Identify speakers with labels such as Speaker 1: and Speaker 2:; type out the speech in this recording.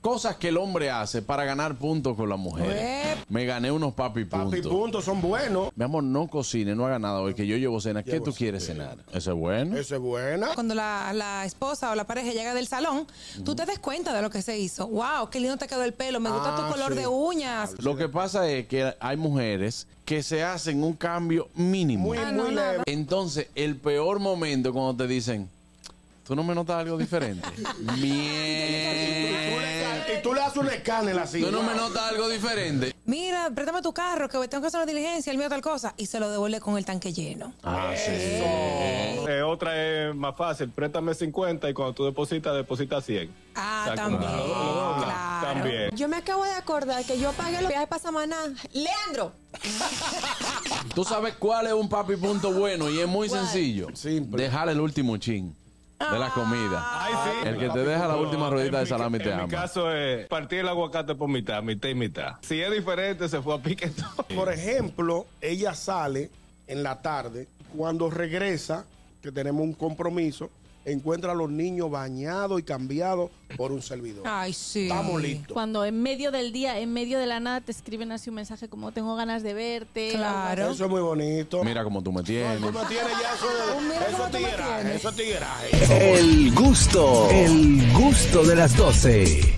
Speaker 1: cosas que el hombre hace para ganar puntos con la mujer.
Speaker 2: Uep.
Speaker 1: Me gané unos papi puntos.
Speaker 3: Papi, puntos son buenos.
Speaker 1: Mi amor, no cocine, no haga nada hoy, que yo llevo cena. ¿Qué tú quieres cenar? ¿Ese es bueno?
Speaker 3: Eso es buena.
Speaker 2: Cuando la, la esposa o la pareja llega del salón, tú te des cuenta de lo que se hizo. ¡Wow! ¡Qué lindo te quedó el pelo! Me gusta
Speaker 3: Ah,
Speaker 2: tu color
Speaker 3: sí.
Speaker 2: de uñas.
Speaker 1: Lo que pasa es que hay mujeres que se hacen un cambio mínimo.
Speaker 3: Muy,
Speaker 2: Ah, no,
Speaker 3: muy
Speaker 2: nada.
Speaker 3: leve.
Speaker 1: Entonces, el peor momento cuando te dicen, ¿tú no me notas algo diferente?
Speaker 3: Tú le
Speaker 1: Mierda.
Speaker 3: ca- Y tú le haces un escáner así.
Speaker 1: ¿Tú no me notas algo diferente?
Speaker 2: Mira, préstame tu carro, que tengo que hacer una diligencia, el mío tal cosa. Y se lo devuelve con el tanque lleno.
Speaker 1: Ah, sí.
Speaker 4: Eh, otra es más fácil, préstame 50 y cuando tú depositas, depositas 100.
Speaker 2: Ah,
Speaker 4: Está como-
Speaker 2: también.
Speaker 4: lo dobla,
Speaker 2: claro.
Speaker 4: También.
Speaker 5: Yo me acabo de acordar que yo pagué los viajes para Samaná. Leandro,
Speaker 1: ¿Tú sabes cuál es un papi punto bueno? Y es muy sencillo.
Speaker 3: Simple.
Speaker 1: Dejar el último chin de la comida.
Speaker 4: Ay, sí.
Speaker 1: El que te deja la
Speaker 4: No,
Speaker 1: última ruedita de
Speaker 4: en mi-
Speaker 1: salami te
Speaker 4: En mi
Speaker 1: ama.
Speaker 4: caso es partir el aguacate por mitad, mitad y mitad. Si es diferente, se fue a pique todo.
Speaker 3: Por ejemplo, ella sale en la tarde, cuando regresa, que tenemos un compromiso, encuentra a los niños bañados y cambiados por un servidor.
Speaker 2: Ay, sí.
Speaker 3: Estamos listos.
Speaker 6: Cuando en medio del día, en medio de la nada, te escriben así un mensaje como tengo ganas de verte.
Speaker 2: Claro.
Speaker 3: Eso es muy bonito.
Speaker 1: Mira cómo tú me tienes.
Speaker 3: Tú me tienes ya eso de-
Speaker 2: Mira
Speaker 3: eso
Speaker 2: cómo
Speaker 3: es
Speaker 2: tú me
Speaker 3: tigueraje,
Speaker 2: tienes.
Speaker 3: eso es tigueraje.
Speaker 7: El gusto, el gusto de las 12.